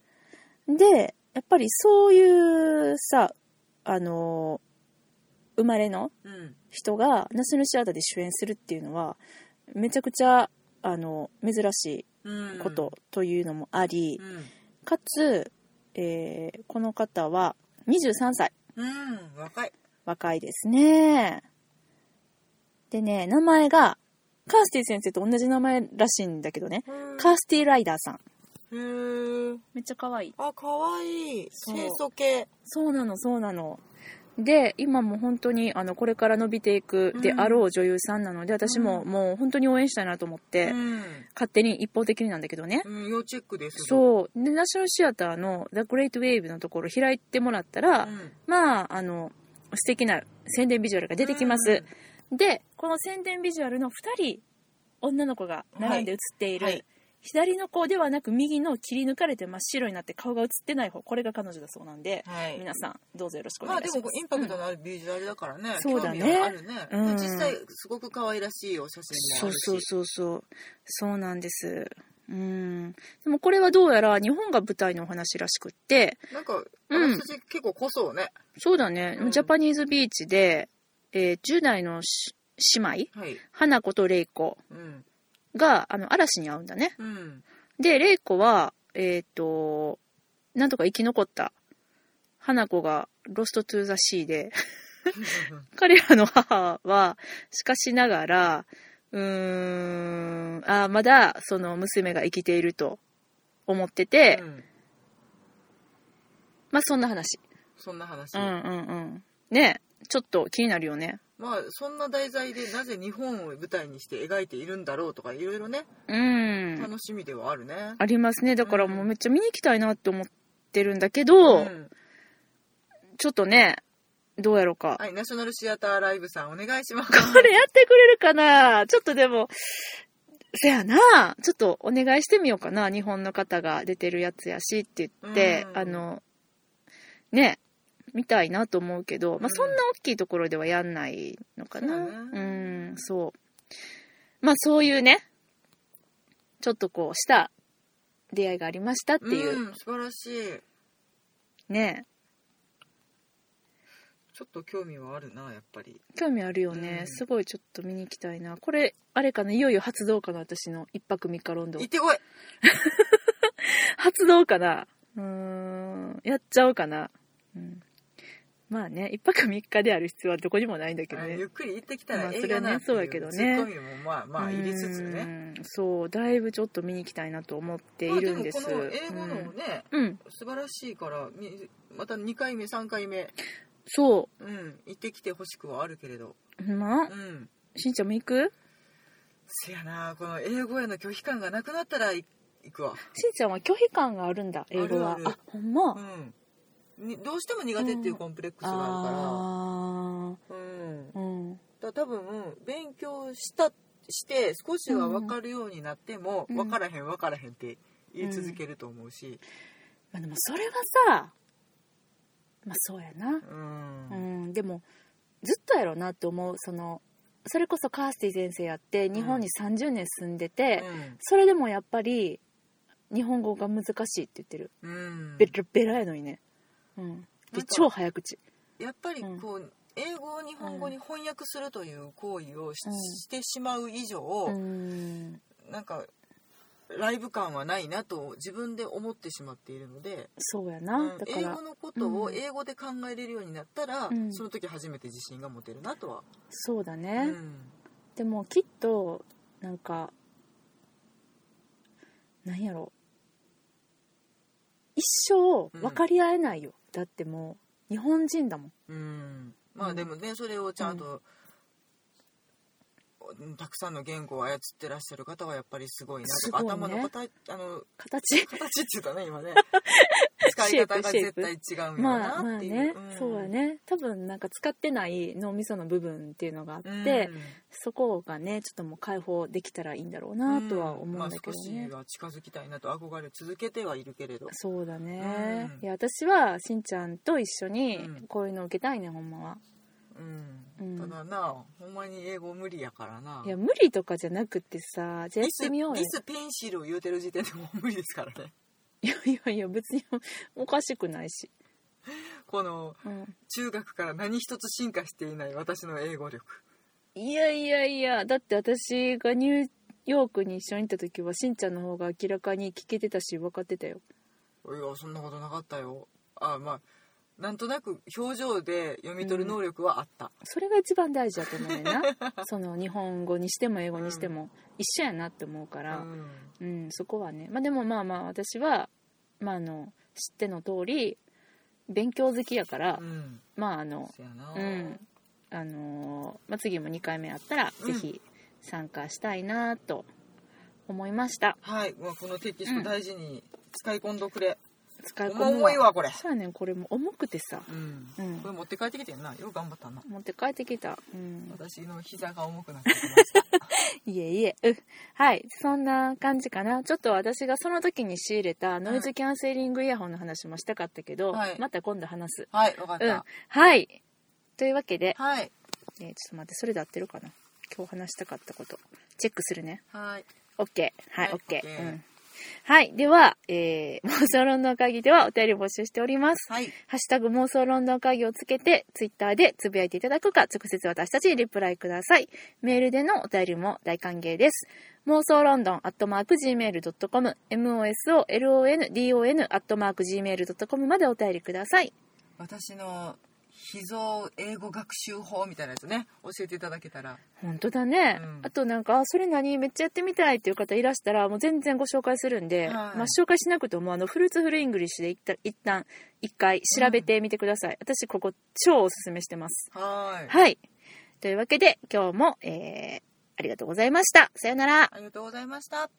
Speaker 1: で、やっぱりそういうさ、あの、生まれの
Speaker 2: うん
Speaker 1: 人がナショナルシアターで主演するっていうのは、めちゃくちゃ、あの、珍し
Speaker 2: うん
Speaker 1: いことというのもあり
Speaker 2: う、ん
Speaker 1: かつ、えーこの方は23歳。
Speaker 2: うん若い
Speaker 1: 若いですね。でね、名前が、カースティ先生と同じ名前らしいんだけどね。カースティライダーさん。
Speaker 2: へー
Speaker 1: めっちゃ可愛い。
Speaker 2: あ可愛い
Speaker 1: そう
Speaker 2: 清楚系
Speaker 1: そうなの、そうなの。で、今も本当に、あの、これから伸びていくであろう女優さんなので、私も
Speaker 2: うん
Speaker 1: もう本当に応援したいなと思って、
Speaker 2: うん
Speaker 1: 勝手に一方的になんだけどね。
Speaker 2: うん要チェックですう
Speaker 1: そう。で、ナショナルシアターの The Great Wave のところ開いてもらったら、
Speaker 2: ん
Speaker 1: まあ、あの、素敵な宣伝ビジュアルが出てきます。でこの宣伝ビジュアルの2人女の子が並んで写っている、
Speaker 2: はいはい
Speaker 1: 左の子ではなく右の切り抜かれて真っ白になって顔が写ってない方これが彼女だそうなんで、
Speaker 2: はい
Speaker 1: 皆さんどうぞよろしくお
Speaker 2: ま
Speaker 1: 願
Speaker 2: あ
Speaker 1: いし
Speaker 2: で
Speaker 1: ます、
Speaker 2: もインパクトのあるビジュアルだからね、
Speaker 1: そうだね
Speaker 2: 興味はあるね、
Speaker 1: うん
Speaker 2: 実際すごく可愛らしいお写真
Speaker 1: そ
Speaker 2: もあ
Speaker 1: う
Speaker 2: るし
Speaker 1: そうそうそうそうなんですうんでもこれはどうやら日本が舞台のお話らしくって
Speaker 2: なんか
Speaker 1: うん
Speaker 2: 私たち結構濃そうね、
Speaker 1: そうだね、
Speaker 2: うん
Speaker 1: ジャパニーズビーチで、えー10代のし姉妹
Speaker 2: はい
Speaker 1: 花子と玲子
Speaker 2: うん
Speaker 1: があの嵐に会うんだね
Speaker 2: うん
Speaker 1: で、玲子は、えっ、と、なんとか生き残った。花子がロストトゥーザシーで、 [LAUGHS] 彼らの母は、しかしながら、うーん、あーまだ、その娘が生きていると思ってて、
Speaker 2: うん
Speaker 1: まあそんな話。
Speaker 2: そんな話、
Speaker 1: うんうんうん。ねえちょっと気になるよね。
Speaker 2: まあそんな題材でなぜ日本を舞台にして描いているんだろうとかいろいろね
Speaker 1: うん。
Speaker 2: 楽しみではあるね、
Speaker 1: ありますね。だからもうめっちゃ見に行きたいなって思ってるんだけど、
Speaker 2: うん
Speaker 1: ちょっとね、どうやろうか。
Speaker 2: はいナショナルシアターライブさんお願いします
Speaker 1: これやってくれるかなちょっとでも、せやなちょっとお願いしてみようかな日本の方が出てるやつやしって言って、
Speaker 2: うん
Speaker 1: あの、ね、見たいなと思うけど、まあ、そんな大きいところではやんないのかな。
Speaker 2: そううだね
Speaker 1: ん、そう。まあそういうね、ちょっとこうした出会いがありましたっていう、
Speaker 2: うん、素晴らしい
Speaker 1: ね、
Speaker 2: ちょっと興味はあるなやっぱり
Speaker 1: 興味あるよね、
Speaker 2: うん
Speaker 1: すごいちょっと見に行きたいな。これ、あれかな、いよいよ発動かな私の一泊三日ロンドン
Speaker 2: 行っ。てこい
Speaker 1: 発動かなうーんやっちゃおうかな、うん、まあね一泊三日である必要はどこにもないんだけど
Speaker 2: あ
Speaker 1: ね
Speaker 2: ゆっくり行ってきた
Speaker 1: ま
Speaker 2: ら
Speaker 1: あ
Speaker 2: 映画なってい
Speaker 1: それはねそうやけどね
Speaker 2: ツッコミもまあまあ入れつつね、
Speaker 1: うーんそうだいぶちょっと見に行きたいなと思っているんです、
Speaker 2: まあ、でもこの英語のね、
Speaker 1: うん、うん
Speaker 2: 素晴らしいからみまた2回目3回目、
Speaker 1: そ
Speaker 2: うん、行ってきてほしくはあるけれど、
Speaker 1: うほんま
Speaker 2: うん、
Speaker 1: しんちゃんも行く
Speaker 2: せやなこの英語への拒否感がなくなったらい行くわ、
Speaker 1: しんちゃんは拒否感があるんだ英語はあ
Speaker 2: あるある
Speaker 1: ほんま、
Speaker 2: うん、にどうしても苦手っていうコンプレックスがあ
Speaker 1: あ
Speaker 2: るから,、うん、だ
Speaker 1: ーうん
Speaker 2: から多分勉強したして少しは分かるようになっても、
Speaker 1: うん
Speaker 2: 分からへん分からへんって言い続けると思うし、
Speaker 1: まあでもそれはさまあそうやな
Speaker 2: うん
Speaker 1: うん、でもずっとやろうなって思うそのそれこそカースティ先生やって日本に30年住んでて、それでもやっぱり日本語が難しいって言ってる、
Speaker 2: うん
Speaker 1: ベラベラやのにね、うん、
Speaker 2: な
Speaker 1: で
Speaker 2: んか
Speaker 1: 超早口
Speaker 2: やっぱりこう、英語を日本語に翻訳するという行為をし,、
Speaker 1: うん
Speaker 2: てしまう以上、
Speaker 1: うん
Speaker 2: なんかライブ感はないなと自分で思ってしまっているので、
Speaker 1: そうや
Speaker 2: う
Speaker 1: な、
Speaker 2: ん
Speaker 1: だか
Speaker 2: 英
Speaker 1: ら
Speaker 2: 語のこと
Speaker 1: う
Speaker 2: を
Speaker 1: ん
Speaker 2: 英語で考えれるようになったら、
Speaker 1: うん
Speaker 2: その時初めて自信が持てるなとは。
Speaker 1: そうだ
Speaker 2: う
Speaker 1: ね、
Speaker 2: ん
Speaker 1: でもきっとなんかなんやろ一生分かり合えないよ、だってもう日本人だもん
Speaker 2: うんま
Speaker 1: う
Speaker 2: あ
Speaker 1: ん
Speaker 2: でもねそれをちゃんと、うんたくさんの言語を操ってらっしゃる方はやっぱりすごいなと
Speaker 1: すごいね
Speaker 2: 頭の形あの
Speaker 1: 形 [LAUGHS]
Speaker 2: 形って言ったね今ね使い方が絶対違うんや
Speaker 1: まあま
Speaker 2: な
Speaker 1: あ
Speaker 2: っていう、
Speaker 1: ね、
Speaker 2: ん
Speaker 1: そうやね多分なんか使ってない脳みその部分っていうのがあって、
Speaker 2: うん
Speaker 1: そこがねちょっともう解放できたらいいんだろうなとは思うんだけど
Speaker 2: ま
Speaker 1: ね
Speaker 2: あ、少、しは近づきたいなと憧れ続けてはいるけれど
Speaker 1: そうだね、
Speaker 2: う
Speaker 1: い
Speaker 2: ん
Speaker 1: や私はしんちゃんと一緒に
Speaker 2: うん
Speaker 1: こういうの受けたいねほんまは
Speaker 2: うん、
Speaker 1: うん
Speaker 2: ただなほんまに英語無理やからない
Speaker 1: や無理とかじゃなくてさじゃあや
Speaker 2: リ
Speaker 1: っ
Speaker 2: ス
Speaker 1: てみようよ
Speaker 2: リスペンシルを言うてる時点でもう無理ですからね
Speaker 1: [LAUGHS] いやいやいや別におかしくないし、
Speaker 2: この
Speaker 1: うん、
Speaker 2: 中学から何一つ進化していない私の英語力
Speaker 1: いやいやいやだって私がニューヨークに一緒に行った時はしんちゃんの方が明らかに聞けてたし分かってたよ
Speaker 2: いやそんなことなかったよあまあなんとなく表情で読み取る能力はあった、
Speaker 1: それが一番大事だと思うねん [LAUGHS] なその日本語にしても英語にしても一緒やなって思うか
Speaker 2: う
Speaker 1: ら、
Speaker 2: ん
Speaker 1: うん、そこはね、まあ、でもまあまあ私は、まあ、あの知っての通り勉強好きやから、
Speaker 2: うん
Speaker 1: まああの
Speaker 2: そやな
Speaker 1: うんあのーまあ、次も2回目あったら
Speaker 2: うん
Speaker 1: 是非参加したいなと思いました、
Speaker 2: はい、まあ、このテキスト大事に使い込んどくれ、
Speaker 1: 使い込むわ
Speaker 2: 重いわこれ、
Speaker 1: そうやねんこれも重くてさ、
Speaker 2: うん
Speaker 1: うん
Speaker 2: これ持って帰ってきてんなよう頑張ったな
Speaker 1: 持って帰ってきた、うん、
Speaker 2: [LAUGHS] 私の膝が重くなってきま
Speaker 1: [LAUGHS]
Speaker 2: した
Speaker 1: いえいえ、うんはい、そんな感じかな。ちょっと私がその時に仕入れたノイズキャンセリングイヤホンの話もしたかったけど、
Speaker 2: はい
Speaker 1: また今度話す。
Speaker 2: はいわかった、
Speaker 1: うん。はい。というわけで、
Speaker 2: はい
Speaker 1: えーちょっと待って、それで合ってるかな今日話したかったこと。チェックするね。
Speaker 2: はい
Speaker 1: OK。は
Speaker 2: はい
Speaker 1: い、OK。う
Speaker 2: OK
Speaker 1: ん。はい。では、えー、 [LAUGHS] 妄想ロンドン会議ではお便り募集しております。
Speaker 2: はい
Speaker 1: ハッシュタグ妄想ロンドン会議をつけて、ツイッターでつぶやいていただくか、直接私たちにリプライください。メールでのお便りも大歓迎です。妄想ロンドンアットマーク Gmail.com、MOSOLONDON アットマーク Gmail.com までお便りください。
Speaker 2: 私の秘蔵英語学習法みたいなやつね教えていただけたら
Speaker 1: 本当だね、
Speaker 2: うん
Speaker 1: あとなんか、あそれ何めっちゃやってみたいっていう方いらしたら、もう全然ご紹介するんで、
Speaker 2: はい
Speaker 1: まあ紹介しなくても、あの、フルーツフルイングリッシュで一旦、一旦、一回調べてみてください。私ここ超おすすめしてます。
Speaker 2: はい
Speaker 1: はい。というわけで、今日も、えー、ありがとうございました。さよなら。
Speaker 2: ありがとうございました